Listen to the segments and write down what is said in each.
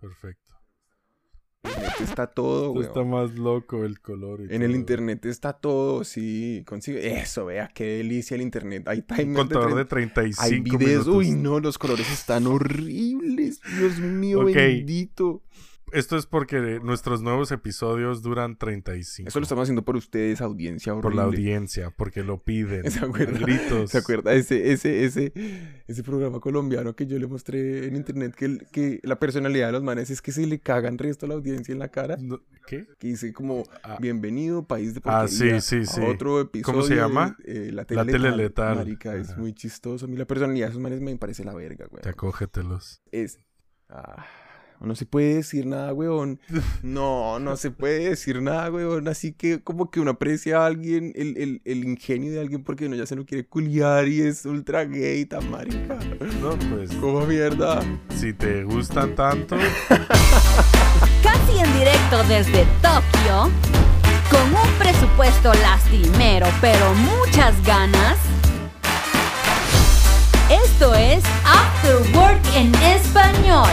Perfecto. internet está todo, Esto güey. está más loco el color. y En el todo. internet está todo, sí. Consigue. Eso, vea, qué delicia el internet. Hay Un timers contador de de 30 Hay 35 videos. minutos. Uy, no, los colores están horribles. Dios mío, Ok. bendito. Esto es porque nuestros nuevos episodios duran 35. Eso lo estamos haciendo por ustedes, audiencia horrible. por la audiencia, porque lo piden. ¿Se acuerda? a gritos. ¿Se acuerda ese, ese, ese, ese programa colombiano que yo le mostré en internet que, el- que la personalidad de los manes es que se le cagan resto a la audiencia en la cara? No, ¿Qué? Que dice como, Ah, bienvenido, país de Ah, porquería, sí, sí, a sí. Otro episodio. ¿Cómo se llama? de, eh, la La tele, Tele letal. Letal. Marica, es Ajá. muy chistoso. A mí la personalidad de esos manes me parece la verga, güey. te acógetelos. Es... ah, no se puede decir nada, weón. No, no se puede decir nada, weón. Así que como que uno aprecia a alguien, el, el- el ingenio de alguien, porque uno ya se lo quiere culiar y es ultra gay, tan marica. No, pues, Como mierda. si te gustan tanto, Casi en directo desde Tokio, con un presupuesto lastimero pero muchas ganas. Esto es After Work en español,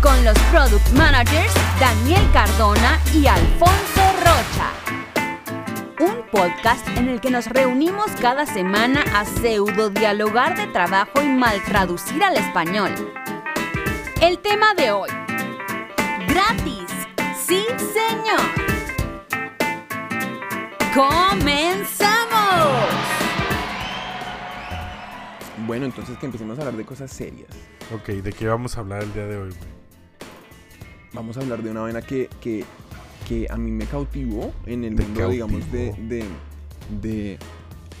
con los product managers Daniel Cardona y Alfonso Rocha. Un podcast en el que nos reunimos cada semana a pseudo dialogar de trabajo y mal traducir al español. El tema de hoy, gratis. Sí, señor. ¡Comenzamos! Bueno, entonces que empecemos a hablar de cosas serias. ok, ¿de qué vamos a hablar el día de hoy? güey? vamos a hablar de una vaina que, que, que a mí me cautivó en el Te mundo, digamos, de, cautivó. de, de-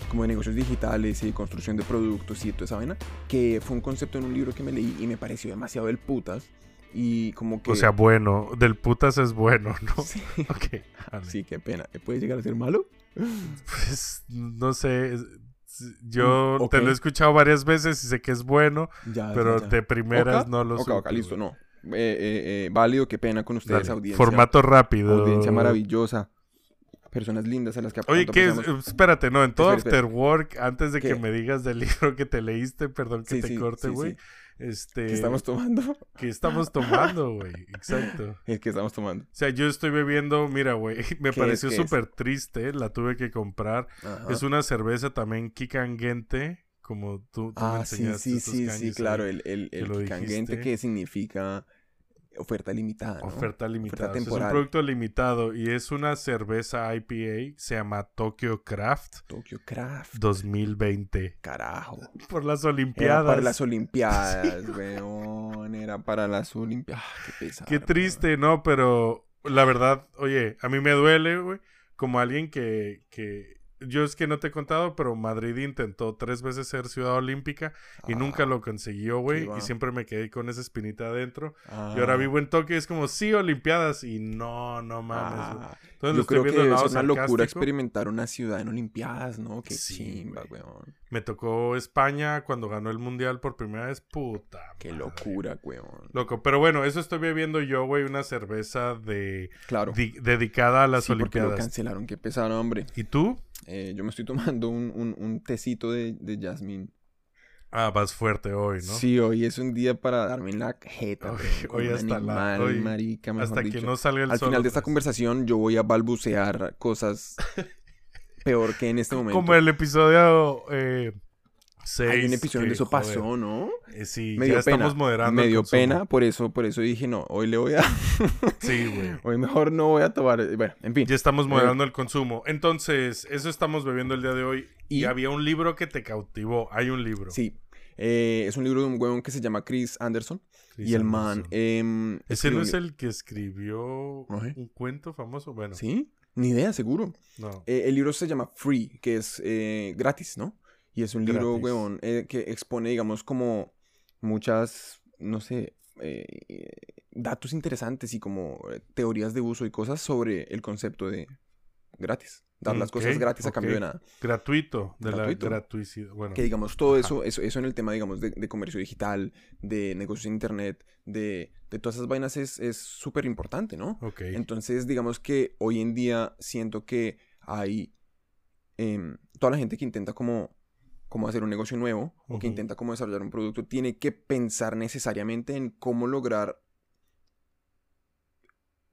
como de negocios digitales y de construcción de productos y toda esa vaina, que fue un concepto en un libro que me leí y me pareció demasiado del putas. Y como que... O sea, bueno, del putas es bueno, ¿no? sí, Ok, vale. sí, qué pena. ¿Puede llegar a ser malo? Pues, no sé, es- yo Mm, te lo ok. he escuchado varias veces y sé que es bueno, Ya, pero ya, ya. de primeras Oca, no lo sé. oca, oca, listo, no. Eh, eh, eh, válido, qué pena con ustedes, audiencia. Formato rápido. Audiencia maravillosa. Personas lindas a las que Oye, tanto ¿qué? es? apreciamos. Espérate, no, en todo Espera, espera. After Work, antes de que ¿Qué? me digas del libro que te leíste, perdón que Sí, te sí, corte, sí, güey. sí. Este, ¿Qué estamos tomando? ¿qué estamos tomando, güey? Exacto. Es que estamos tomando. O sea, yo estoy bebiendo, mira, güey, me ¿Qué pareció es? ¿Qué es? súper triste, la tuve que comprar. Ajá. Es una cerveza también Kikangente, como tú, tú me Ah, sí, enseñaste sí, estos sí, sí, kanjis claro, ahí. el, el, que el lo kikangente dijiste. que significa oferta limitada, Ah, ¿no? Oferta limitada. o sea, es un temporal. producto limitado y es una cerveza IPA, se llama Tokyo Craft Tokyo Craft, 2020. carajo. Por las Era Olimpiadas. para las Olimpiadas, weón, era para las Olimpiadas. qué pesar. Qué weón. triste, ¿no? Pero la verdad, oye, a mí me duele, güey. Como alguien que, que... Yo es que no te he contado, pero Madrid intentó tres veces ser ciudad olímpica y Ah, nunca lo consiguió, güey. va. Y siempre me quedé con esa espinita adentro. ah, Y ahora vivo en Tokio y es como, sí, Olimpiadas. Y no, no mames, güey. ah. Entonces lo Yo estoy creo que viendo del debe lado ser una locura sarcástico. experimentar una ciudad en Olimpiadas, ¿no? Qué Sí, chimba, güey. weón. Me tocó España cuando ganó el Mundial por primera vez. Puta. Qué madre. locura, weón. Loco, pero bueno, eso estoy bebiendo yo, güey, una cerveza de Claro. di- dedicada a las sí, porque lo Olimpiadas. cancelaron, qué pesar, hombre. ¿Y tú? Eh, yo me estoy tomando un, un, un tecito de, de jazmín. Ah, vas fuerte hoy, ¿no? Sí, hoy es un día para darme en la jeta. Hoy- weón, como hoy un hasta la- animal, hoy- marica, mejor Hasta que dicho. no salga el pues. Al sol. final de esta otra vez. conversación yo voy a balbucear cosas peor que en este momento. Como el episodio eh, 6. Hay un episodio donde eso pasó, ¿no? eh, sí, Me dio ya pena. estamos moderando. Me el dio consumo. pena, por eso, por eso dije, no, hoy le voy a... Sí, güey. hoy mejor no voy a tomar... Bueno, en fin. Ya estamos moderando el consumo. Entonces, eso estamos bebiendo el día de hoy. Y, Y- había un libro que te cautivó. Hay un libro. Sí. Eh, es un libro de un huevón que se llama Chris Anderson. Chris y el Anderson. man... em, Ese escribió no un es libro. el que escribió Ajá. un cuento famoso. Bueno, ¿Sí? Ni idea, seguro. no. Eh, el libro se llama Free, que es eh, gratis, ¿no? Y es un libro, Gratis. huevón, eh, que expone, digamos, como muchas, no sé, eh, datos interesantes y como eh, teorías de uso y cosas sobre el concepto de gratis. Dar las Ok, cosas gratis a cambio ok. de nada. Gratuito. De Gratuito. la gratuidad. Bueno, Que digamos, todo Ajá. eso, eso, eso en el tema, digamos, de, de comercio digital, de negocios en internet, de, de todas esas vainas es es súper importante, ¿no? ok. Entonces, digamos que hoy en día siento que hay em, toda la gente que intenta como, como hacer un negocio nuevo o que Ujú. intenta como desarrollar un producto tiene que pensar necesariamente en cómo lograr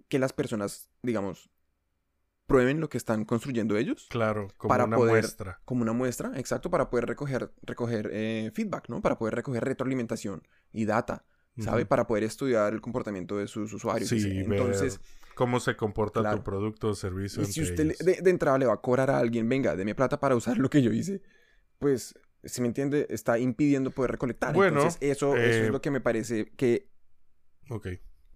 que las personas, digamos, prueben lo que están construyendo ellos Claro, como Para una poder- muestra. como una muestra, exacto, para poder recoger, recoger eh, feedback, ¿no? Para poder recoger retroalimentación y data, ¿sabe? Ujú. Para poder estudiar el comportamiento de sus usuarios. Sí, ver Entonces, cómo se comporta Claro. tu producto o servicio. y si entre usted le- ellos. de, de entrada le va a cobrar a alguien, venga, deme plata para usar lo que yo hice, pues, si me entiende, está impidiendo poder recolectar. Bueno, Entonces, eso, eso eh, es lo que me parece que Ok.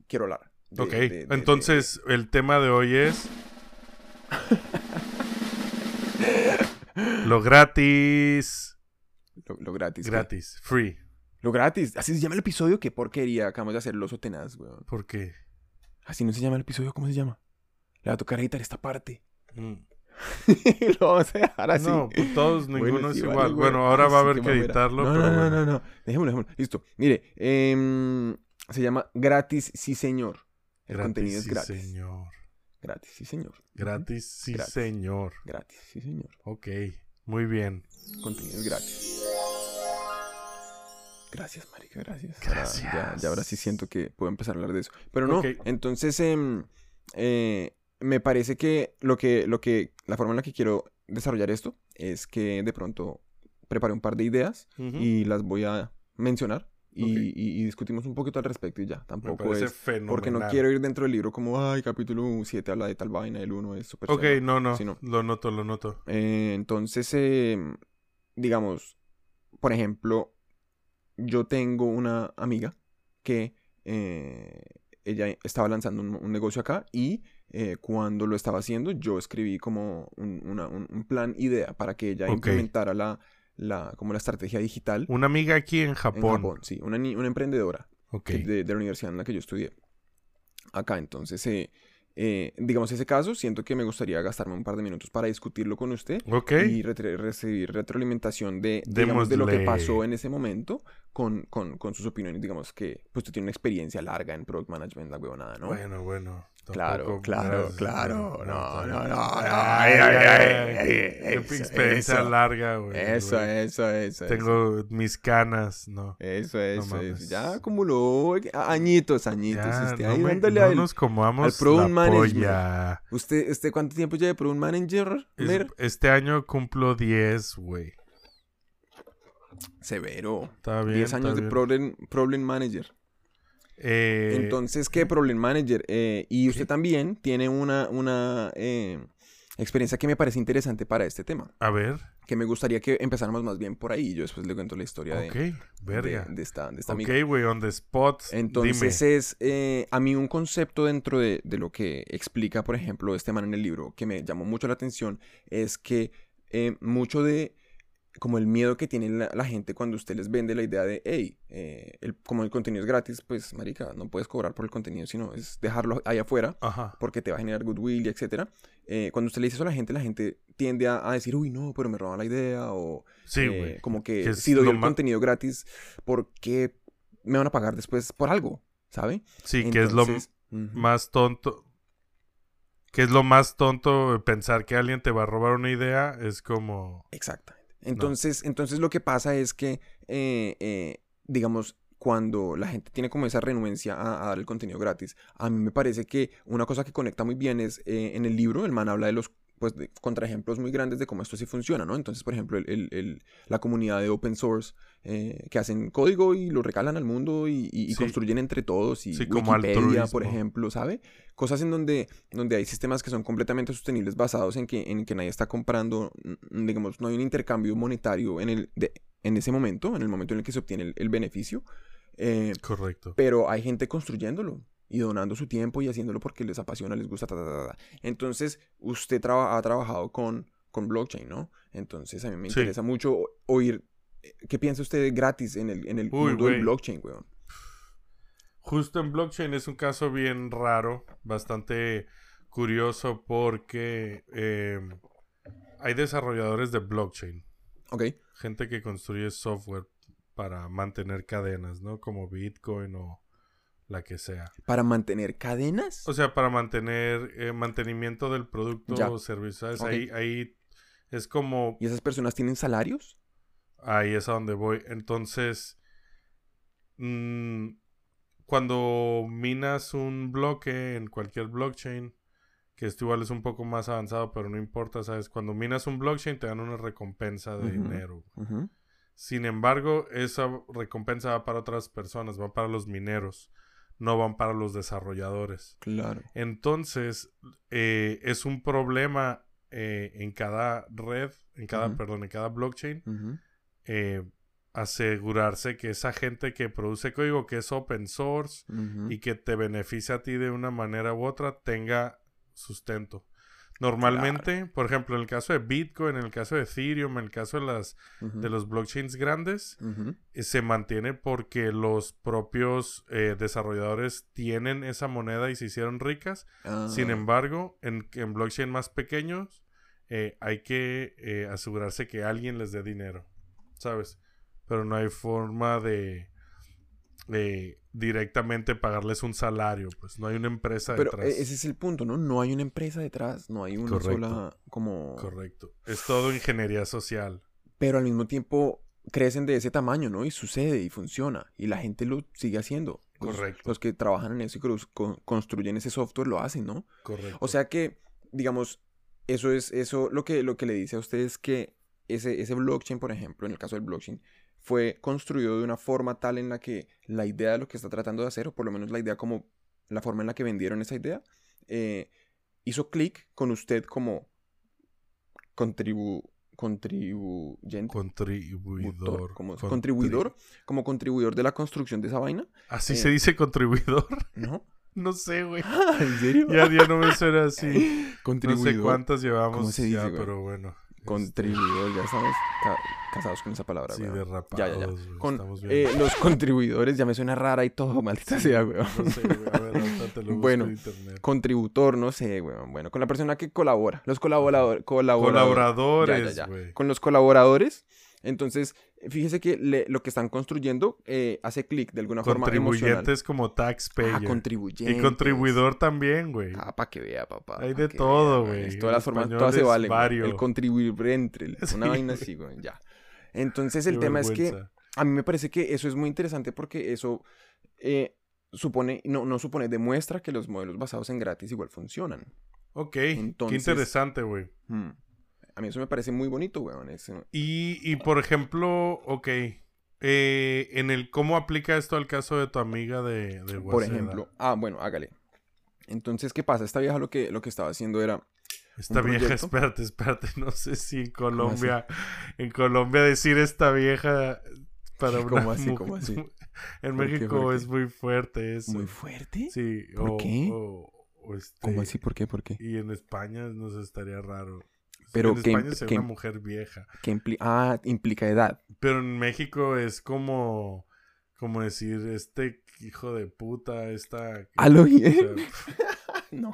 quiero hablar. de- Ok, de- de- de- entonces el tema de hoy es lo gratis, lo, lo gratis. ¿qué? gratis, free. Lo gratis. Así se llama el episodio. Qué porquería. Acabamos de hacer los tenaz, weón. ¿Por qué? Así no se llama el episodio. ¿Cómo se llama? Le va a tocar editar esta parte. Mm. lo vamos a dejar así. No, pues todos, ninguno Bueno, es sí, vale, igual. güey. Ah, bueno, ahora va a Sí, haber qué que mamera. editarlo, No, pero no, no, bueno. no, no. Dejémoslo, dejémoslo. Listo. Mire, em, se llama Gratis Sí Señor. El Gratis, contenido es sí, gratis. señor. Gratis Sí Señor. Gratis, sí, Gratis. señor. Gratis Sí Señor. Ok, muy bien. Contenido es gratis. Gracias, marica, gracias. Gracias. Ahora, ya, ya ahora sí siento que puedo empezar a hablar de eso. Pero no, Ok. entonces em, eh, me parece que lo que, lo que, la forma en la que quiero desarrollar esto es que de pronto preparé un par de ideas Ujú. y las voy a mencionar y, Ok. y- y discutimos un poquito al respecto y ya, Me tampoco parece es... fenomenal. Porque no quiero ir dentro del libro como, ay, capítulo 7 habla de tal vaina, el 1 es súper... Ok, severo". no, no, Si no- lo noto, lo noto. Eh, entonces, eh, digamos, por ejemplo, yo tengo una amiga que eh, ella estaba lanzando un, un negocio acá y eh, cuando lo estaba haciendo yo escribí como un, una- un- un plan idea para que ella Ok. implementara la, la, como la estrategia digital Una amiga aquí en en Japón. Japón, sí, una, ni- una emprendedora Ok. que- de, de la universidad en la que yo estudié. Acá, entonces, eh, eh, digamos ese caso, siento que me gustaría gastarme un par de minutos para discutirlo con usted Ok. y retre- recibir retroalimentación de, digamos, de lo que Démosle. pasó en ese momento con, con, con sus opiniones. Digamos que pues, usted tiene una experiencia larga en product management, la huevonada, ¿no? Bueno, bueno. Claro, tampoco- claro, gracias, claro. No, no, no, no. Ay, ay, ay, ay, eso, Qué experiencia eso, larga, güey. Eso, güey. eso, eso. eso. Tengo mis canas, ¿no. Eso, eso, eso. mames. Ya acumuló añitos, añitos. Ya, usted no, este, ahí me- dándole no al- nos comamos al product la management. polla. ¿Usted, ¿Usted cuánto tiempo lleva por un manager? Es- Mer? este año cumplo 10, güey. Severo. Está bien. 10 está años de bien. problem, problem manager. Eh, Entonces, ¿qué problem manager? Eh, y usted también tiene una, una eh, experiencia que me parece interesante para este tema. A ver, Que me gustaría que empezáramos más bien por ahí. Yo después le cuento la historia de- ok, de, verga. de esta, de esta amiga. ok, güey, on the spot. Entonces dime. es eh, a mí un concepto dentro de, de lo que explica, por ejemplo, este man en el libro que me llamó mucho la atención es que eh, mucho de como el miedo que tiene la, la gente cuando usted les vende la idea de, hey, el, como el contenido es gratis, pues marica, no puedes cobrar por el contenido, sino es dejarlo ahí afuera Ajá. porque te va a generar goodwill y etcétera. Eh, cuando usted le dice eso a la gente, la gente tiende a, a decir, uy, no, pero me roban la idea o Sí, eh, güey. como que, que es si doy lo el ma- contenido gratis, ¿por qué me van a pagar después por algo? ¿Sabe? sí, que es lo m- Entonces, ujú, más tonto. Que es lo más tonto eh, pensar que alguien te va a robar una idea. Es como. Exactamente. Entonces, entonces lo que pasa es que, eh, eh, digamos, cuando la gente tiene como esa renuencia a, a dar el contenido gratis, a mí me parece que una cosa que conecta muy bien es eh, en el libro, el man habla de los pues, de contraejemplos muy grandes de cómo esto sí funciona, ¿no? Entonces, por ejemplo, el- el- el- la comunidad de open source eh, que hacen código y lo regalan al mundo y, y- y Sí. construyen entre todos y Sí, como Wikipedia, altruismo. por ejemplo, ¿sabe? Cosas en donde, donde hay sistemas que son completamente sostenibles basados en que, en que nadie está comprando, mm, digamos, no hay un intercambio monetario en, el, de- en ese momento, en el momento en el que se obtiene el, el beneficio, eh, Correcto. pero hay gente construyéndolo y donando su tiempo y haciéndolo porque les apasiona, les gusta, ta, ta, ta, ta. Entonces, usted traba- ha trabajado con, con blockchain, ¿no? Entonces, a mí me Sí. interesa mucho o- oír eh, qué piensa usted de gratis en el, en el Uy, mundo del güey. blockchain, weón. Justo en blockchain es un caso bien raro, bastante curioso porque eh, hay desarrolladores de blockchain, Ok, gente que construye software para mantener cadenas, ¿no? Como Bitcoin o la que sea. para mantener cadenas. O sea, para mantener eh, mantenimiento del producto Ya. o servicio. ¿sabes? Ok. Ahí, ahí es como ¿Y esas personas tienen salarios? Ahí es a donde voy. Entonces, mm, cuando minas un bloque en cualquier blockchain, que esto igual es un poco más avanzado, pero no importa, ¿sabes? Cuando minas un blockchain te dan una recompensa de Ujú. dinero. Ujú. Sin embargo, esa recompensa va para otras personas, va para los mineros, no van para los desarrolladores. Claro. Entonces, eh, es un problema eh, en cada red, en cada, Ujú. perdón, en cada blockchain, Ujú. eh, asegurarse que esa gente que produce código que es open source Ujú. y que te beneficia a ti de una manera u otra tenga sustento. Normalmente, por ejemplo, en el caso de Bitcoin, en el caso de Ethereum, en el caso de, las, Ujú. de los blockchains grandes, Ujú. eh, se mantiene porque los propios eh, desarrolladores tienen esa moneda y se hicieron ricas. Ah, Sin embargo, en, en blockchain más pequeños eh, hay que eh, asegurarse que alguien les dé dinero, ¿sabes? Pero no hay forma de, de directamente pagarles un salario, pues no hay una empresa Pero detrás. eh, ese es el punto, ¿no? No hay una empresa detrás, no hay una Correcto. sola como... Correcto. Es todo ingeniería social. Pero al mismo tiempo crecen de ese tamaño, ¿no? Y sucede y funciona y la gente lo sigue haciendo. Los- Correcto. Los que trabajan en eso y que los con- construyen ese software lo hacen, ¿no? Correcto. O sea que, digamos, eso es eso lo que, lo que le dice a ustedes que ese, ese blockchain, por ejemplo, en el caso del blockchain, fue construido de una forma tal en la que la idea de lo que está tratando de hacer, o por lo menos la idea como la forma en la que vendieron esa idea, eh, hizo clic con usted como contribu contribuyente. contribuidor. como Contri- contribuidor, como contribuidor de la construcción de esa vaina, ¿Así Eh. se dice contribuidor? ¿no? no sé, güey. ¿En serio? Ya, ya no me suena así. No Contribuidor. sé cuántas llevamos ¿Cómo se dice, ya, güey? pero bueno. este, Contribuidor, ya estamos ca- casados con esa palabra, Sí, weón. derrapados. Ya, ya, ya. güey, Con estamos bien. eh, los contribuidores, ya me suena rara y todo, maldita sea, weón. No sé, güey, a ver, ahorita te lo busco Bueno, en internet. Contributor, no sé, weón. Bueno, con la persona que colabora, los colaboradores. Colaboradores. Colaboradores, ya, ya, ya. güey. Con los colaboradores. Entonces, fíjese que le- lo que están construyendo eh, hace clic de alguna forma emocional. Contribuyentes como taxpayer. Ah, contribuyentes. y contribuidor también, güey. Ah, para que vea, papá. Hay pa' de que todo, vea, güey. es En Todas las formas, español todas se es valen. güey. vario. El contribuir entre. Sí, Una vaina güey. así, güey, ya. Entonces, Qué el tema es que vergüenza. a mí me parece que eso es muy interesante porque eso eh, supone, no, no supone, demuestra que los modelos basados en gratis igual funcionan. Ok, qué Entonces- interesante, güey. Hmm. A mí eso me parece muy bonito, weón. es, eh, Y, y, por ejemplo, ok. eh, en el cómo aplica esto al caso de tu amiga de, de por Waseda? ejemplo, ah, bueno, hágale. Entonces, ¿qué pasa? Esta vieja lo que, lo que estaba haciendo era, Esta un vieja, proyecto. espérate, espérate. No sé si en ¿Cómo así? Colombia, en Colombia decir esta vieja para una ¿Cómo así? mu- ¿Cómo así? En ¿Por qué? México ¿Por qué? es muy fuerte eso. ¿muy fuerte? Sí, ¿Por o- qué? o- o este, ¿Cómo así? ¿Por qué? ¿Por qué? Y en España nos estaría raro. Pero en que- España es que- una mujer vieja. ¿Qué impli- ah, implica edad. Pero en México es como, como decir, este hijo de puta, esta... ¿A lo o sea, bien? no.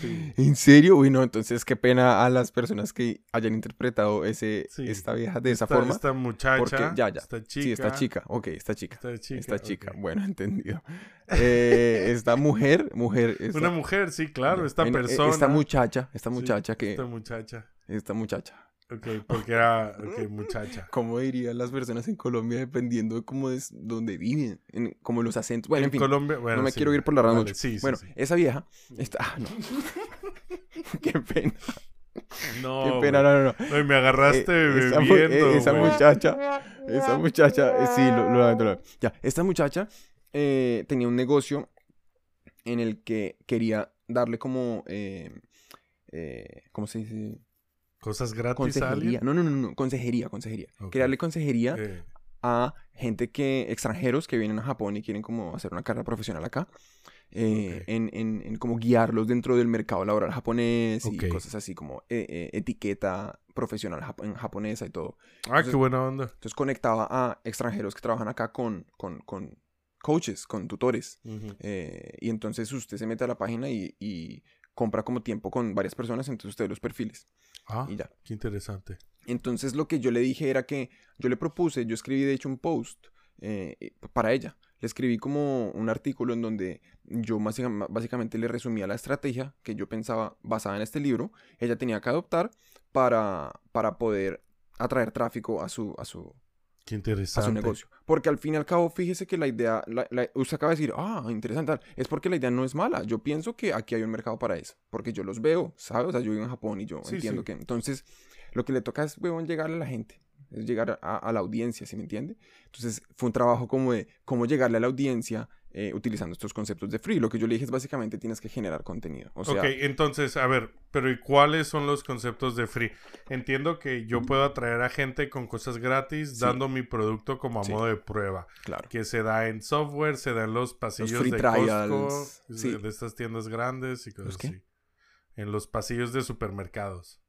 Sí. ¿En serio? Uy, no, entonces qué pena a las personas que hayan interpretado ese, Sí. esta vieja de esa esta, forma. esta muchacha, Porque- ya, ya. esta chica... Sí, esta chica. Ok, esta chica. Esta chica. Esta chica. ok. Bueno, entendido. Eh, esta mujer, mujer. esta- Una mujer, sí, claro, ya, esta bueno, eh, persona. Esta muchacha, esta Sí, muchacha que. Esta Esta, muchacha. muchacha. Ok, porque era... Ok, muchacha. ¿Cómo dirían las personas en Colombia dependiendo de cómo es donde viven? en- como los acentos. Bueno, en fin. Colombia... bueno, no me sí, quiero güey. ir por la rama. Vale, mucho. sí, sí, bueno, sí. esa vieja. Esta, ah, no. qué pena. No, Qué güey. pena, no, no, no. Ay, me agarraste Eh, esa, mu- bebiendo, eh, esa güey. muchacha, esa muchacha, eh, sí, lo, lo lamento, lo lamento. Ya, esta muchacha eh, tenía un negocio en el que quería darle como, eh, eh, ¿cómo se dice? ¿Cosas gratis a Consejería. alguien? No, no, no, no, consejería, consejería. Ok. Quería darle consejería Eh, a gente que, extranjeros que vienen a Japón y quieren como hacer una carrera profesional acá. eh, Ok. en, en- en como guiarlos dentro del mercado laboral japonés Ok. y cosas así como eh, eh, etiqueta profesional jap- en japonesa y todo. Ah, Entonces- qué buena onda. Entonces conectaba a extranjeros que trabajan acá con, con, con coaches, con tutores. Eh, y entonces usted se mete a la página y, y compra como tiempo con varias personas, entonces usted ve los perfiles Ah, y ya. qué interesante. Entonces lo que yo le dije era que yo le propuse, yo escribí de hecho un post eh, eh, para ella. Le escribí como un artículo en donde yo básica- básicamente le resumía la estrategia que yo pensaba basada en este libro, ella tenía que adoptar para, para poder atraer tráfico a su, a su, Qué a interesante. su negocio. Porque al fin y al cabo, fíjese que la idea, la- la- usted acaba de decir, ah, interesante, tal". es porque la idea no es mala. Yo pienso que aquí hay un mercado para eso, porque yo los veo, ¿sabes? O sea, yo vivo en Japón y yo Sí, entiendo sí. que. Entonces, lo que le toca es, huevón, llegar a la gente, es llegar a, a la audiencia, ¿sí me entiende? Entonces, fue un trabajo como de cómo llegarle a la audiencia eh, utilizando estos conceptos de free. Lo que yo le dije es básicamente tienes que generar contenido. O sea, ok, entonces, a ver, pero ¿y cuáles son los conceptos de free? Entiendo que yo puedo atraer a gente con cosas gratis Sí. dando mi producto como a Sí. modo de prueba, claro. que se da en software, se da en los pasillos free de Costco, trials, de- sí. de estas tiendas grandes y cosas ¿Los qué? así. En los pasillos de supermercados.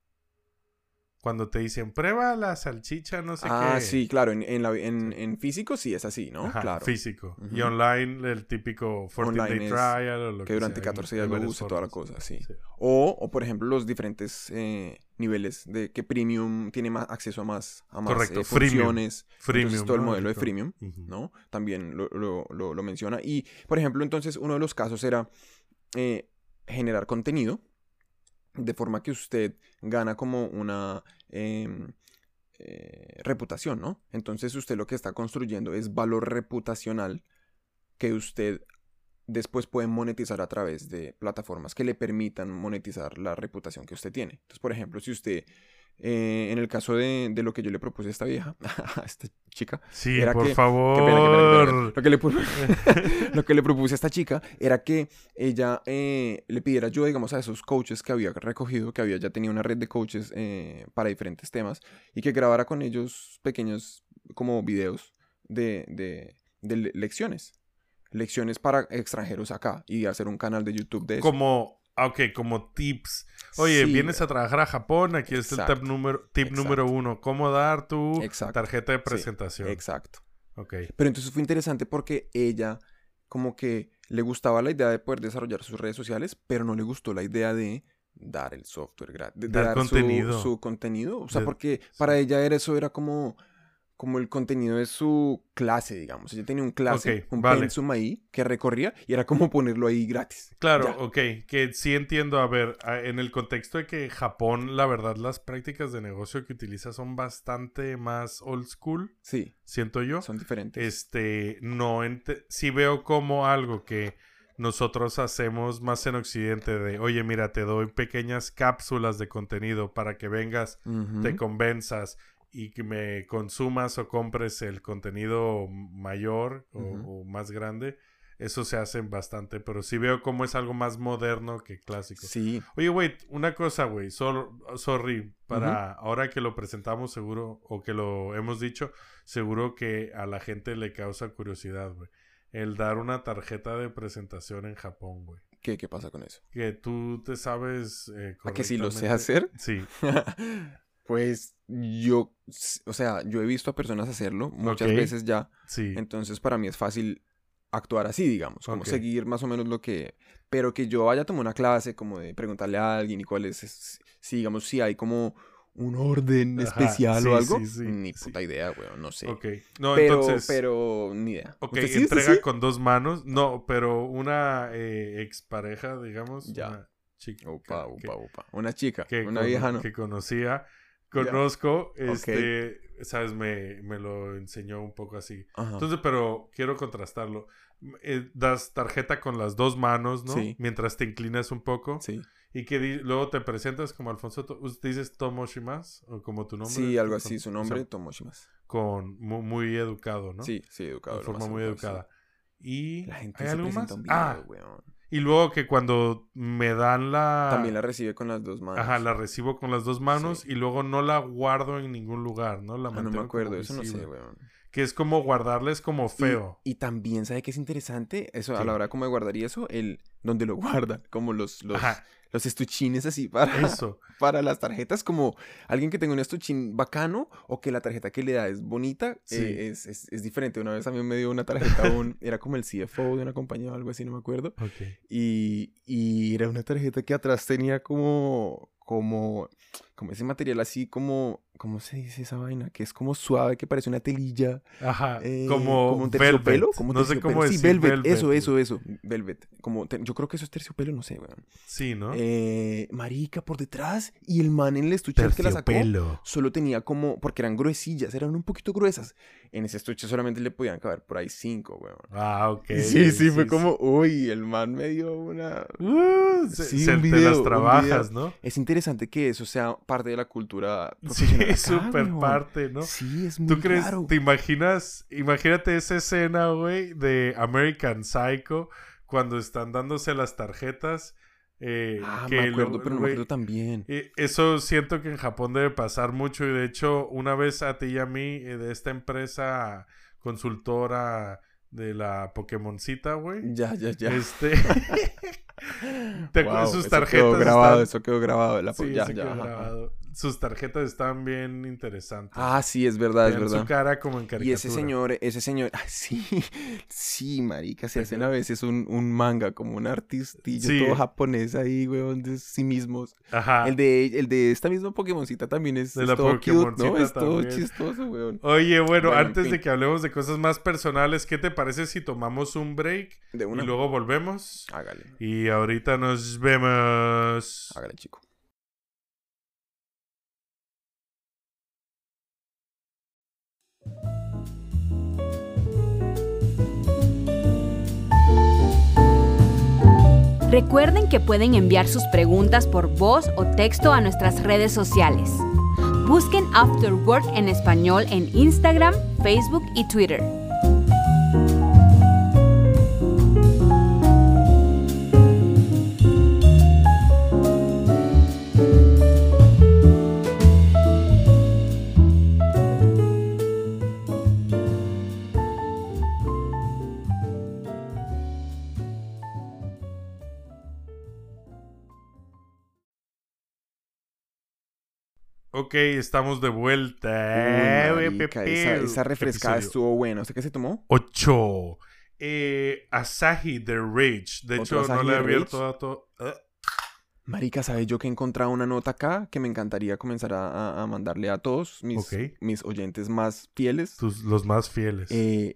Cuando te dicen, prueba la salchicha, no sé qué. Ah, sí, claro. En, en la- en- en físico sí es así, ¿no? Ajá, claro. Físico. Y Ujú. online, el típico 14 Online day es trial o lo que durante sea, hay- 14 hay días lo varias use toda la formas. cosa, sí. Sí. O, o, por ejemplo, los diferentes eh, niveles de que premium tiene más acceso a más, a más Correcto, eh, freemium. funciones. Freemium. entonces, todo el ¿no? modelo de Tipo, freemium, ujú. ¿no? También lo, lo- lo- lo menciona. Y, por ejemplo, entonces uno de los casos era eh, generar contenido de forma que usted gana como una em, eh, reputación, ¿no? Entonces usted lo que está construyendo es valor reputacional que usted después puede monetizar a través de plataformas que le permitan monetizar la reputación que usted tiene. Entonces, por ejemplo, si usted, eh, en el caso de, de lo que yo le propuse a esta vieja, a esta chica, Sí, Era por que- Qué pena, qué pena, qué pena, favor. qué pena. Lo que, le pu- lo que le propuse a esta chica era que ella eh, le pidiera ayuda, digamos, a esos coaches que había recogido, que había ya tenido una red de coaches eh, para diferentes temas, y que grabara con ellos pequeños como videos de, de- de le- lecciones. Lecciones para extranjeros acá y hacer un canal de YouTube de eso. Como, ah, ok, como tips. Oye, Sí, eh, vienes a trabajar a Japón, aquí está el Exacto, tip número, tip exacto. número uno. ¿Cómo dar tu Exacto, tarjeta de sí, presentación? Exacto. Ok. Pero entonces fue interesante porque ella como que le gustaba la idea de poder desarrollar sus redes sociales, pero no le gustó la idea de dar el software gratis, de, de Dar su- contenido. Su, contenido. O sea, De- porque para ella era eso era como, como el contenido de su clase, digamos. Ella tenía un clase, Ok, un vale. pensum ahí que recorría y era como ponerlo ahí gratis. Claro, Ya. ok, que sí entiendo, a ver, a- en el contexto de que Japón, la verdad, las prácticas de negocio que utiliza son bastante más old school, Sí, siento yo. son diferentes. Este, no, ente- sí veo como algo que nosotros hacemos más en Occidente de, oye, mira, te doy pequeñas cápsulas de contenido para que vengas, Ujú. te convenzas y que me consumas o compres el contenido mayor o, Ujú. o más grande. Eso se hace bastante, pero sí veo como es algo más moderno que clásico. Sí, Oye, wait, una cosa, güey. sor- sorry, para ahora que lo presentamos, seguro, o que lo hemos dicho, seguro que a la gente le causa curiosidad, güey. El dar una tarjeta de presentación en Japón, güey. ¿qué, qué pasa con eso? Que tú te sabes. Eh, ¿A Ah, que si lo sé correctamente- hacer? Sí, pues yo, s- o sea, yo he visto a personas hacerlo muchas Ok. veces ya. sí. Entonces para mí es fácil actuar así, digamos, como Ok. seguir más o menos lo que... Pero que yo vaya a tomar una clase, como de preguntarle a alguien y cuál es, es- si digamos, si hay como un orden Ajá, especial sí, o algo, sí, sí, ni sí. puta idea, weón, no sé. Ok. No, pero, entonces. pero, ni idea. Ok, ¿Usted sí? ¿Usted entrega sí? con dos manos. No, pero una eh, expareja, digamos. Ya. Oh, Una chica. Opa, que- opa, opa. Una chica, que, oh. una cono- vieja, ¿no? que conocía, conozco, Ya. este, sabes, me, me lo enseñó un poco así. Ajá. Entonces, pero quiero contrastarlo. Eh, das tarjeta con las dos manos, ¿no? Sí. Mientras te inclinas un poco. sí. Y que di- luego te presentas como Alfonso, To- us- dices Tomoshimas, o como tu nombre. Sí, algo con- así, su o sea, nombre, Tomoshimas. con mu- muy, educado, ¿no? Sí, sí, educado. De lo más forma muy educado, sí. educada. Y La gente ¿hay se algo presenta más? un video, ah, weón. y luego que cuando me dan la También la recibe con las dos manos. ah. Ajá, la recibo con las dos manos Sí. y luego no la guardo en ningún lugar, ¿no? La Ah, no mantengo me como acuerdo, eso no sé, visible. weón. Que es como guardarles como Y- feo. Y, también, ¿sabe qué es interesante? Eso, a Sí. la hora como de guardar y eso, el donde lo guardan, como los, los, Ajá, los estuchines así para, eso. para las tarjetas, como alguien que tenga un estuchín bacano o que la tarjeta que le da es bonita, eh, Sí. es, es, es diferente. Una vez a mí me dio una tarjeta, un, era como el CFO de una compañía o algo así, no me acuerdo, Ok. y, y era una tarjeta que atrás tenía como, como, como ese material así como, ¿Cómo se dice esa vaina? Que es como suave, que parece una telilla. Ajá, eh, Ah, como, un velvet. terciopelo. Como un no sé cómo terciopelo. decir Sí, velvet, Eso, velvet. eso, eh. eso. Velvet. Como te- Yo creo que eso es terciopelo, no sé, weón. Sí, ¿no? Eh, marica, por detrás. Y el man en el estuche al que la sacó. Terciopelo. Solo tenía como, porque eran gruesillas, eran un poquito gruesas. En ese estuche solamente le podían caber por ahí cinco, weón. Ah, ok. Sí, sí, fue como, uy, el man me dio una... Uh, se, Sí, se- un te video, las un trabajas, ¿no? Es interesante que eso sea parte de la cultura Sí, profesional es acá, súper weón. parte, ¿no? Sí, es muy ¿Tú crees, claro. te imaginas, imagínate esa escena, güey, de American Psycho cuando están dándose las tarjetas? eh, Ah, que me lo- acuerdo, pero no me güey, acuerdo también. eh, Eso siento que en Japón debe pasar mucho y de hecho una vez a ti y a mí eh, de esta empresa consultora de la Pokémoncita, güey. Ya, ya, ya. Este, ¿Te Te acuerdas? Sus Eso tarjetas quedó grabado, están- eso quedó grabado. la po- sí, ya, se ya, quedó ajá, ajá. grabado. Sus tarjetas están bien interesantes. Ah, sí, es verdad, es Tenían su verdad. cara como en caricatura. Y ese señor, ese señor, ah, sí, sí, marica, se hacen Ajá. a veces un, un manga, como un artistillo Sí. todo japonés ahí, weón, de sí mismos. Ajá. El de, el de esta misma Pokémoncita también es, De es la todo cute, ¿no? Pokémoncita Es todo también. chistoso, weón. Oye, bueno, Bueno, en antes de fin. que hablemos de cosas más personales, ¿qué te parece si tomamos un break De una. Ah. y luego volvemos? Hágale, Y ahorita nos vemos. hágale, chico. Recuerden que pueden enviar sus preguntas por voz o texto a nuestras redes sociales. Busquen After Work en español en Instagram, Facebook y Twitter. Ok, estamos de vuelta. eh, Uy, marica, esa, esa refrescada Episodio estuvo buena. ¿Usted qué se tomó? Ocho. Eh, Asahi The Rage. De ¿Otro hecho, no Asahi le he The abierto a todo. ah, Marica, ¿sabes yo que he encontrado una nota acá que me encantaría comenzar a, a- a mandarle a todos mis, Ok. mis oyentes más fieles? tus- los más fieles. Eh,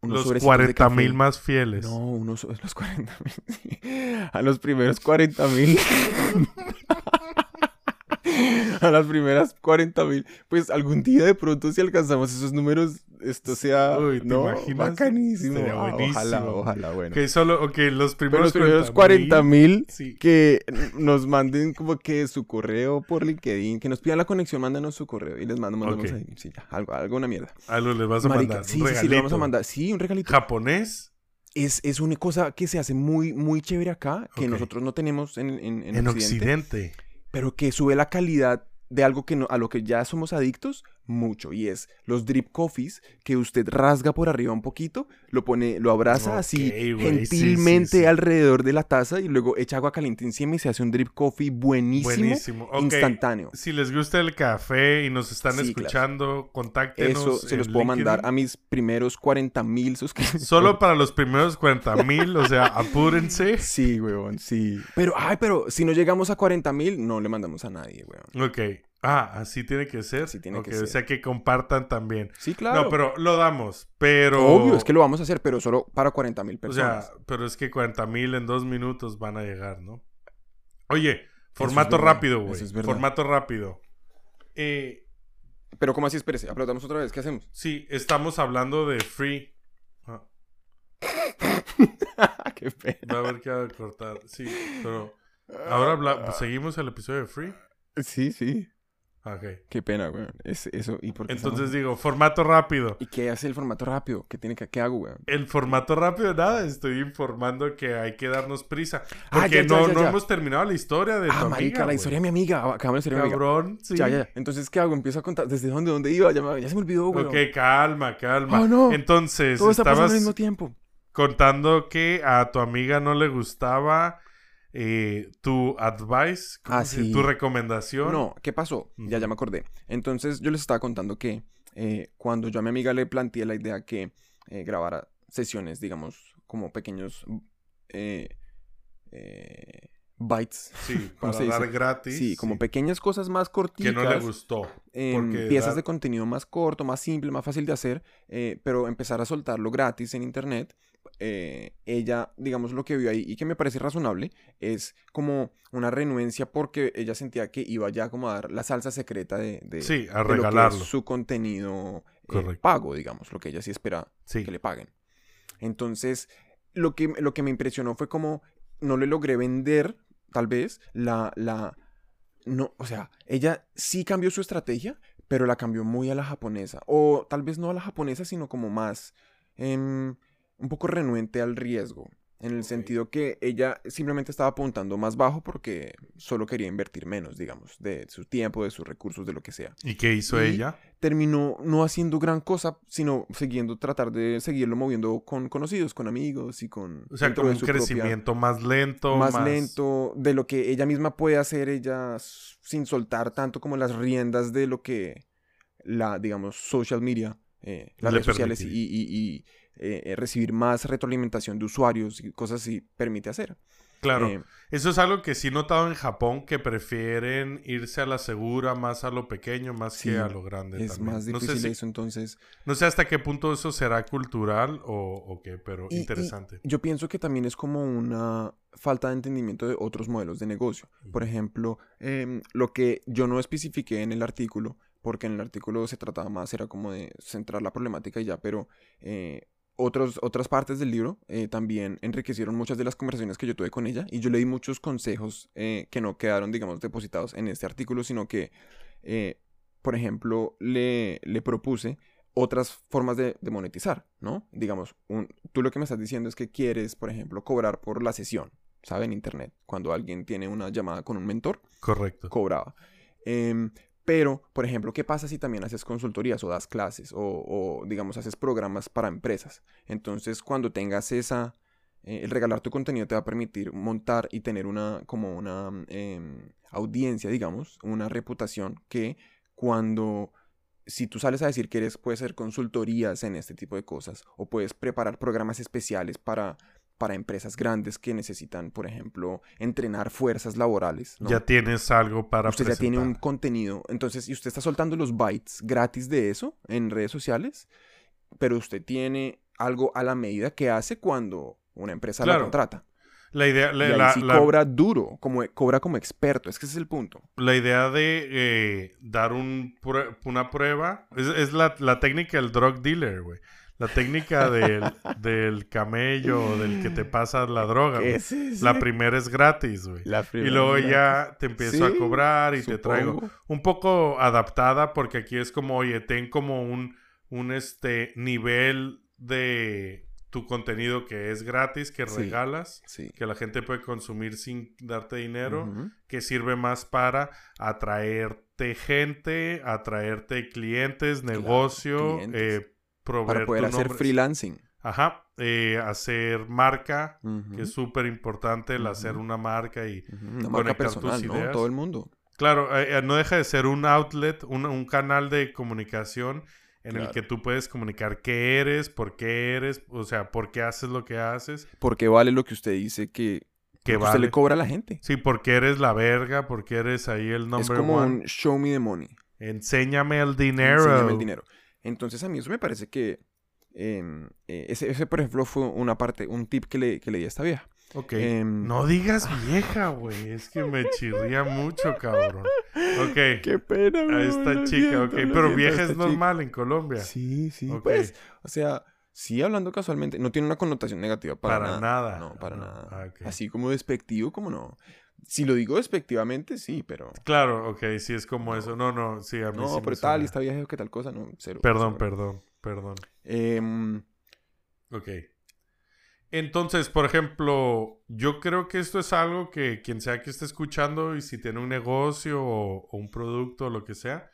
unos los sobrecitos de 40 mil café. más fieles. No, unos so- los 40 mil. A los primeros 40 mil. A las primeras 40 mil. Pues algún día de pronto si alcanzamos esos números, esto sea... Uy, ¿te no, imaginas? bacanísimo. Sería Ah, ojalá, buenísimo. ojalá, bueno. Que solo, ok, los Pero primeros, los primeros 40 40 mil. mil Sí. que nos manden como que su correo por LinkedIn, que nos pidan la conexión, mándanos su correo y les mando, mandamos Ok. ahí, sí, ya, algo, algo una mierda. Algo les vas a Marica, mandar. sí, un sí, sí, le vamos a regalito. mandar, sí, un regalito. japonés Es, es una cosa que se hace muy, muy chévere acá, que Ok. nosotros no tenemos en, en, en en, Occidente, Occidente. pero que sube la calidad de algo que no, a lo que ya somos adictos mucho, y es los drip coffees que usted rasga por arriba un poquito, lo pone, lo abraza así Ok, güey, sí, sí, gentilmente sí. alrededor de la taza y luego echa agua caliente encima y se hace un drip coffee buenísimo, Buenísimo. Ok, instantáneo. Si les gusta el café y nos están Sí, claro. escuchando, contáctenos. Eso se en los puedo mandar LinkedIn. a mis primeros 40 mil suscriptores. Solo para los primeros 40 mil, o sea, apúrense. Sí, weón, sí. Pero, ay, pero si no llegamos a 40 mil, no le mandamos a nadie, weón. Ok. Ah, así tiene que ser. Así tiene que Ok, O ser. sea, que compartan también. Sí, claro. No, pero lo damos. Pero. Obvio, es que lo vamos a hacer, pero solo para 40 mil O sea, personas. pero es que 40 mil en dos minutos van a llegar, ¿no? Oye, es formato verdad, rápido, güey. eso es verdad. formato rápido. Eh, pero, ¿cómo así? Espérese, aplaudamos otra vez, ¿qué hacemos? Sí, estamos hablando de Free. Ah, Qué pena. va a haber que cortar. Sí, pero ahora habla- pues, seguimos el episodio de Free. Sí, sí. Ah, Ok. Qué pena, weón. Es, eso, ¿y por qué estamos- Entonces digo, formato rápido. ¿Y qué hace el formato rápido? ¿Qué, tiene que... ¿Qué hago, weón? El formato rápido, nada, estoy informando que hay que darnos prisa. Ah, Porque ya, ya, no, ya, no ya. hemos terminado la historia de tu Ah, amiga, marica, la güey. historia de mi amiga. Ah, Acabamos de historia de mi amiga. Cabrón, sí. Ya, ya, ya. Entonces, ¿qué hago? Empiezo a contar. ¿Desde dónde, dónde iba? Ya, me- ya se me olvidó, weón. Ok, calma, calma. Oh, no. Entonces, Todo está pasando estabas al mismo tiempo. contando que a tu amiga no le gustaba eh, tu advice, ¿cómo Ah, se- sí. tu recomendación. No, ¿qué pasó? Ya, ya me acordé. Entonces yo les estaba contando que eh, cuando yo a mi amiga le planteé la idea que eh, grabara sesiones, digamos, como pequeños eh, eh, bytes. Sí, para ¿Cómo se dice? dar gratis. Sí, como pequeñas cosas más cortitas. Que no le gustó. em, porque piezas dar- de contenido más corto, más simple, más fácil de hacer, eh, pero empezar a soltarlo gratis en internet. eh, ella, digamos, lo que vio ahí y que me parece razonable es como una renuencia porque ella sentía que iba ya como a dar la salsa secreta de, de- Sí, a eh, de lo que es regalarlo. su contenido eh, Correcto. pago, digamos, lo que ella sí espera Sí. que le paguen. Entonces, lo que, lo que me impresionó fue como no le logré vender, tal vez, la, la... No, o sea, ella sí cambió su estrategia, pero la cambió muy a la japonesa. O tal vez no a la japonesa, sino como más... em, un poco renuente al riesgo. En el Ok. sentido que ella simplemente estaba apuntando más bajo porque solo quería invertir menos, digamos, de su tiempo, de sus recursos, de lo que sea ¿Y qué hizo Y- ella? terminó no haciendo gran cosa, sino siguiendo, tratar de seguirlo moviendo con conocidos, con amigos y con... O sea, dentro como de un su propia- crecimiento más lento. más, lento, de lo que ella misma puede hacer, ella s- sin soltar tanto como las riendas de lo que la, digamos, social media, eh, las Le redes sociales y, permite. y- y, eh, eh, recibir más retroalimentación de usuarios y cosas así permite hacer. Claro. Eh, Eso es algo que sí he notado en Japón, que prefieren irse a la segura, más a lo pequeño, más Sí, que a lo grande. es también. más No sé difícil si- eso, entonces... No sé hasta qué punto eso será cultural o, o qué, pero Y- y interesante. yo pienso que también es como una falta de entendimiento de otros modelos de negocio. Por Ujú. ejemplo, em, lo que yo no especifiqué en el artículo, porque en el artículo se trataba más, era como de centrar la problemática y ya, pero eh, otros, otras partes del libro eh, también enriquecieron muchas de las conversaciones que yo tuve con ella y yo le di muchos consejos eh, que no quedaron, digamos, depositados en este artículo, sino que, eh, por ejemplo, le, le propuse otras formas de, de monetizar, ¿no? Digamos, un- tú lo que me estás diciendo es que quieres, por ejemplo, cobrar por la sesión, ¿sabe? En Internet, cuando alguien tiene una llamada con un mentor, Correcto. cobraba. Em, pero, por ejemplo, ¿qué pasa si también haces consultorías o das clases o, o, digamos, haces programas para empresas? Entonces, cuando tengas esa... eh, el regalar tu contenido te va a permitir montar y tener una, como una em, audiencia, digamos, una reputación que cuando... Si tú sales a decir que eres, puedes hacer consultorías en este tipo de cosas o puedes preparar programas especiales para, para empresas grandes que necesitan, por ejemplo, entrenar fuerzas laborales. ¿no? Ya tienes algo para usted ya tiene un presentar. contenido. Entonces, y usted está soltando los bytes gratis de eso en redes sociales, pero usted tiene algo a la medida que hace cuando una empresa Claro. la contrata. La idea, Y la, ahí la- sí la- cobra duro, como, cobra como experto. Es que ese es el punto. la idea de eh, dar un prue- una prueba es, es la, la técnica del drug dealer, güey. La técnica del, del camello, del que te pasa la droga. güey. La primera es gratis, güey. Y luego ya te empiezo a Sí, cobrar y te traigo. un poco adaptada porque aquí es como, oye, ten como un, un este nivel de tu contenido que es gratis, que Sí. regalas, Sí. que la gente puede consumir sin darte dinero, Ujú. que sirve más para atraerte gente, atraerte clientes, negocio, clientes. eh, proveer Para poder tu hacer nombre. freelancing. Ajá, eh, hacer marca, Ujú. que es súper importante el Ujú. hacer una marca y Ujú. Una marca conectar tus personal, ¿no? ideas. Todo el mundo. Claro, eh, eh, no deja de ser un outlet, un, un canal de comunicación en el Claro. que tú puedes comunicar qué eres, por qué eres, o sea, por qué haces lo que haces, Porque vale lo que usted dice que, qué que usted vale. le cobra a la gente. Sí, porque eres la verga, porque eres ahí el es number como one. un show me the money. Enséñame el dinero. Enséñame el dinero. Entonces a mí eso me parece que em, eh, ese, ese, por ejemplo fue una parte, un tip que le, que le di a esta vieja. Ok. Em, No digas vieja, güey. Es que me chirría mucho, cabrón. Ok. Qué pena. A weón, esta lo chica, siento, ok. lo Pero siento, vieja esta es chica. normal en Colombia. Sí, sí. Ok. Pues, o sea, sí hablando casualmente, no tiene una connotación negativa para, Para nada. No, para Ah, nada. ah, ok. Así como despectivo, como no. Si lo digo despectivamente, sí, pero... Claro, ok. Sí, es como eso. No, no, sí, a mí sí No, me pero tal, suena. y esta vieja dijo que tal cosa, no, cero. Perdón, cero. perdón, perdón. Em, Ok. Entonces, por ejemplo, yo creo que esto es algo que quien sea que esté escuchando y si tiene un negocio o, o un producto o lo que sea,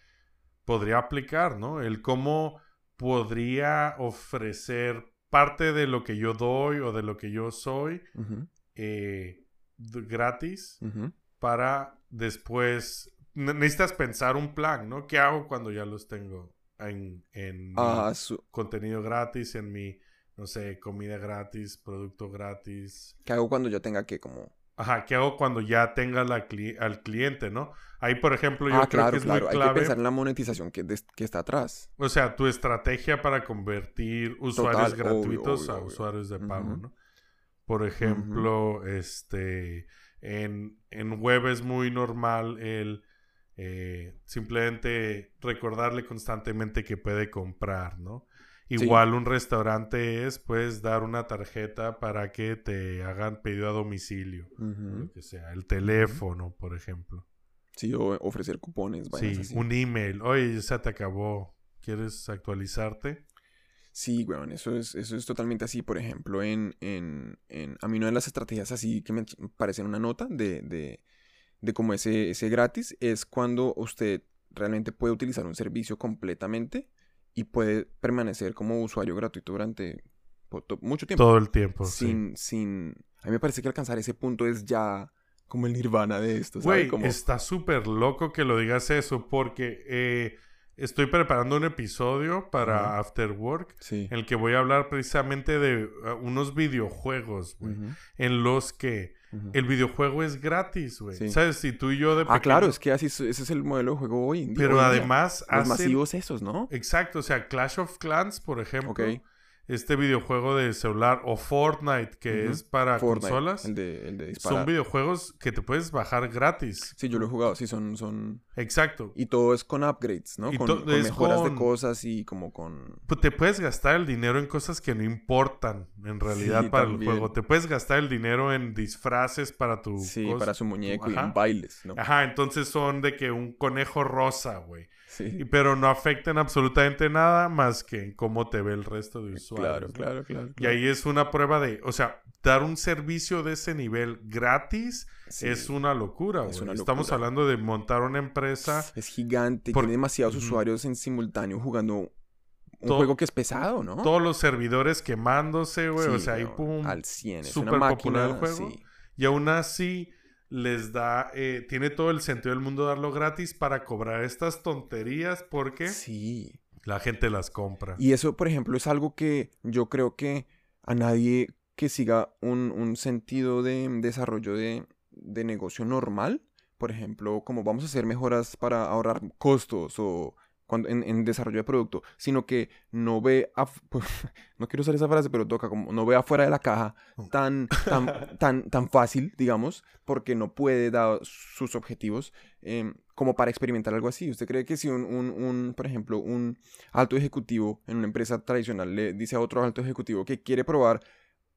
podría aplicar, ¿no? El cómo podría ofrecer parte de lo que yo doy o de lo que yo soy ujú, eh, d- gratis ujú. para después... Ne- Necesitas pensar un plan, ¿no? ¿Qué hago cuando ya los tengo en, en mi- Ah, su- contenido gratis, en mi, no sé, comida gratis, producto gratis. ¿Qué hago cuando yo tenga que como Ajá, ¿qué hago cuando ya tenga la cli- al cliente, no? Ahí, por ejemplo, yo creo Ah, que claro, es claro. muy Hay clave. que pensar en la monetización que, des- que está atrás. O sea, tu estrategia para convertir usuarios Total, obvio, gratuitos obvio, a obvio. usuarios de pago, Ujú. ¿no? Por ejemplo, este, en, en web es muy normal el eh, simplemente recordarle constantemente que puede comprar, ¿no? Sí. Igual un restaurante es, pues, dar una tarjeta para que te hagan pedido a domicilio, o Ujú. lo que sea, el teléfono, por ejemplo. Sí, o ofrecer cupones, vainas sí, así. un email. Oye, ya te acabó. ¿Quieres actualizarte? Sí, weón, eso es, eso es totalmente así. Por ejemplo, en, en, en- a mí una de las estrategias así que me parece en una nota de, de, de como ese, ese gratis es cuando usted realmente puede utilizar un servicio completamente y puede permanecer como usuario gratuito durante po- to- mucho tiempo. Todo el tiempo. sí. sin, sin... A mí me parece que alcanzar ese punto es ya como el nirvana de esto, ¿sabes? Güey, Como... está súper loco que lo digas eso porque eh, estoy preparando un episodio para Ajá. After Work Sí. en el que voy a hablar precisamente de uh, unos videojuegos, güey, Ujú, en los que ujú. el videojuego es gratis, güey. Sí. ¿Sabes? Si tú y yo de Ah, claro, pequeño- es que así es- ese es el modelo de juego hoy en día. Pero hoy en día. además Los hace... masivos esos, ¿no? Exacto, o sea, Clash of Clans, por ejemplo. Ok. Este videojuego de celular o Fortnite, que Ujú. es para Fortnite, consolas. El de, el de Son disparar. videojuegos que te puedes bajar gratis. Sí, yo lo he jugado, sí, son, son... Exacto. Y todo es con upgrades, ¿no? Y Con, todo con es mejoras con- de cosas y como con... Pu- pues, te puedes gastar el dinero en cosas que no importan en realidad Sí, para también. el juego. Te puedes gastar el dinero en disfraces para tu Sí, cosa- para su muñeco y ajá. Ah, en bailes, ¿no? Ajá, entonces son de que un conejo rosa, güey. Y- Sí, Pero no afectan absolutamente nada más que en cómo te ve el resto de usuarios. Eh, claro, ¿no? claro, claro. Y ahí es una prueba de, o sea, dar un servicio de ese nivel gratis Sí. es una locura, güey. Es una Estamos locura. hablando de montar una empresa Es gigante, Por- tiene demasiados Ujú. usuarios en simultáneo jugando un Todo- juego que es pesado, ¿no? todos los servidores quemándose, güey. o Sí, sea, ahí weón, pum. Al 100, es una súper máquina. popular el juego. sí. Y aún así les da, eh, tiene todo el sentido del mundo darlo gratis para cobrar estas tonterías porque Sí. la gente las compra. Y eso, por ejemplo, es algo que yo creo que a nadie que siga un, un sentido de mm, desarrollo de, de negocio normal, por ejemplo, como vamos a hacer mejoras para ahorrar costos o cuando, en, en desarrollo de producto, sino que no ve, pues, af- no quiero usar esa frase, pero toca, como no ve afuera de la caja tan, tan, tan, tan fácil, digamos, porque no puede dar sus objetivos em, como para experimentar algo así. ¿Usted cree que si un, un- un, por ejemplo, un alto ejecutivo en una empresa tradicional le dice a otro alto ejecutivo que quiere probar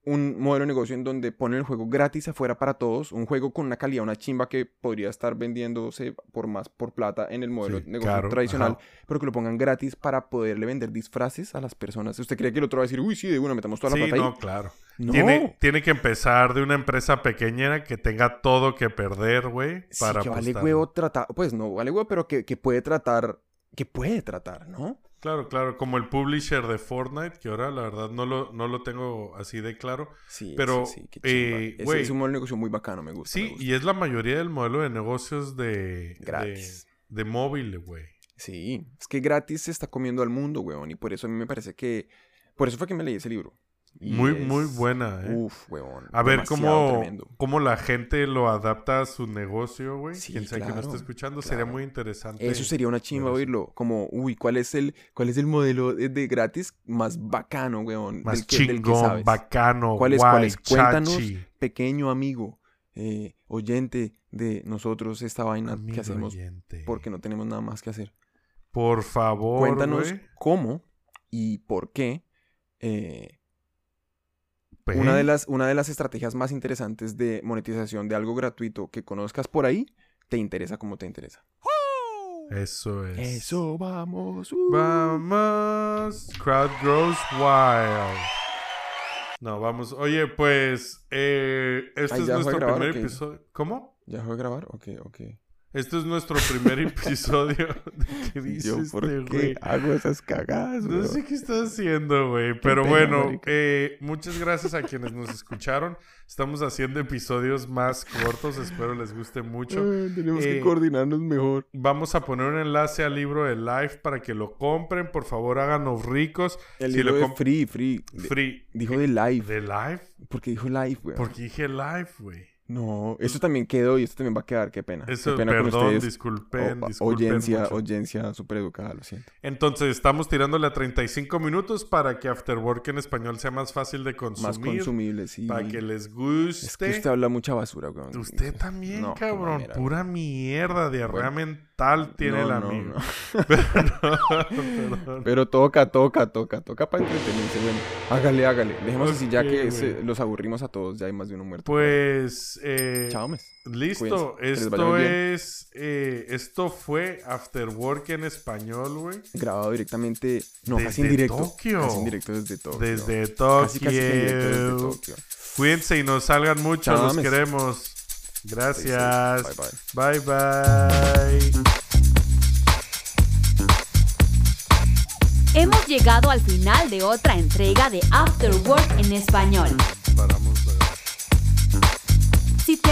un modelo de negocio en donde pone el juego gratis afuera para todos, un juego con una calidad, una chimba que podría estar vendiéndose por más, por plata en el modelo Sí, de negocio caro, tradicional, ajá. pero que lo pongan gratis para poderle vender disfraces a las personas. ¿Usted cree que el otro va a decir, uy, sí, de una, metamos toda Sí, la plata ahí? no, claro. No. Tiene, tiene que empezar de una empresa pequeñera que tenga todo que perder, güey, Sí, para que vale apostar. huevo tratar, pues no vale huevo, pero que, que puede tratar, que puede tratar, ¿no? Claro, claro, como el publisher de Fortnite, que ahora la verdad no lo, no lo tengo así de claro. Sí, Pero, sí, sí, qué chimba. eh, Ese güey. es un modelo de negocio muy bacano, me gusta. me Sí, gusta. y es la mayoría del modelo de negocios de, de, Gratis. de móvil, güey. Sí, es que gratis se está comiendo al mundo, weón, y por eso a mí me parece que, por eso fue que me leí ese libro. Y Muy, es- Uh, muy buena, eh. Uf, weón. A ver demasiado cómo, tremendo. cómo la gente lo adapta a su negocio, güey. Sí, Quien sea que no claro, esté escuchando, sería claro. muy interesante. Eso sería una chimba Pero sí. oírlo, como, uy, ¿cuál es el, cuál es el modelo de, de gratis más bacano, weón? más del que- del que chingón, sabes? bacano, ¿Cuál es- guay, cuál es? Cuéntanos. chachi. pequeño amigo, eh, oyente de nosotros esta vaina Amigo que hacemos oyente. porque no tenemos nada más que hacer. Por favor, Cuéntanos güey. cómo y por qué eh, Pe- una, de las, una de las estrategias más interesantes de monetización de algo gratuito que conozcas por ahí te interesa como te interesa. Eso es. Eso, vamos. uh. Vamos. Crowd grows wild. No, vamos. Oye, pues. eh, este Ay, es ¿ya fue nuestro grabar o primer qué? episodio. ¿Cómo? ¿Ya voy a grabar? Ok, ok. Este es nuestro primer episodio. ¿De ¿Qué Yo, dices, ¿por este, qué güey? hago esas cagadas, No weón? sé qué estás haciendo, güey. Pero pena, bueno, marica. eh, muchas gracias a quienes nos escucharon. Estamos haciendo episodios más cortos. Espero les guste mucho. Ay, tenemos Eh, que coordinarnos mejor. Vamos a poner un enlace al libro de Life para que lo compren. Por favor, háganos ricos. El si libro lo de comp- Free, Ah. Free. de- Free. dijo de live. ¿De Life? Porque dijo live, weón. Porque dije Life, güey. No, eso también quedó y esto también va a quedar. Qué pena. Eso, Ah, qué pena perdón, disculpen, O- o- disculpen oyencia, mucho. oyencia súper educada, lo siento. Entonces, estamos tirándole a 35 minutos para que After Work en español sea más fácil de consumir. Más consumible, sí. Para que les guste. Es que usted habla mucha basura, weón. Usted también, No, qué cabrón. mamera, Pura mierda, diarrea Bueno. mental tiene No, el no, amigo. no. Perdón, perdón. Pero toca, toca, toca, toca para entretenerse, bueno. Hágale, hágale. Dejemos así ya Ok, que güey. se- los aburrimos a todos, ya hay más de uno muerto. Pues, eh, Chao, mes. listo. Cuídense. Que les Esto vaya bien. es. eh, esto fue After Work en español, güey. Grabado directamente, no, Desde casi en directo. Tokio. Casi en directo desde Tokio. Desde Casi, casi en directo desde Tokio. Tokio. Cuídense y nos salgan mucho. Chao, los mames. queremos. Gracias. Stay safe. bye. Bye bye. Hemos llegado al final de otra entrega de After Work en español. Paramos la- Si te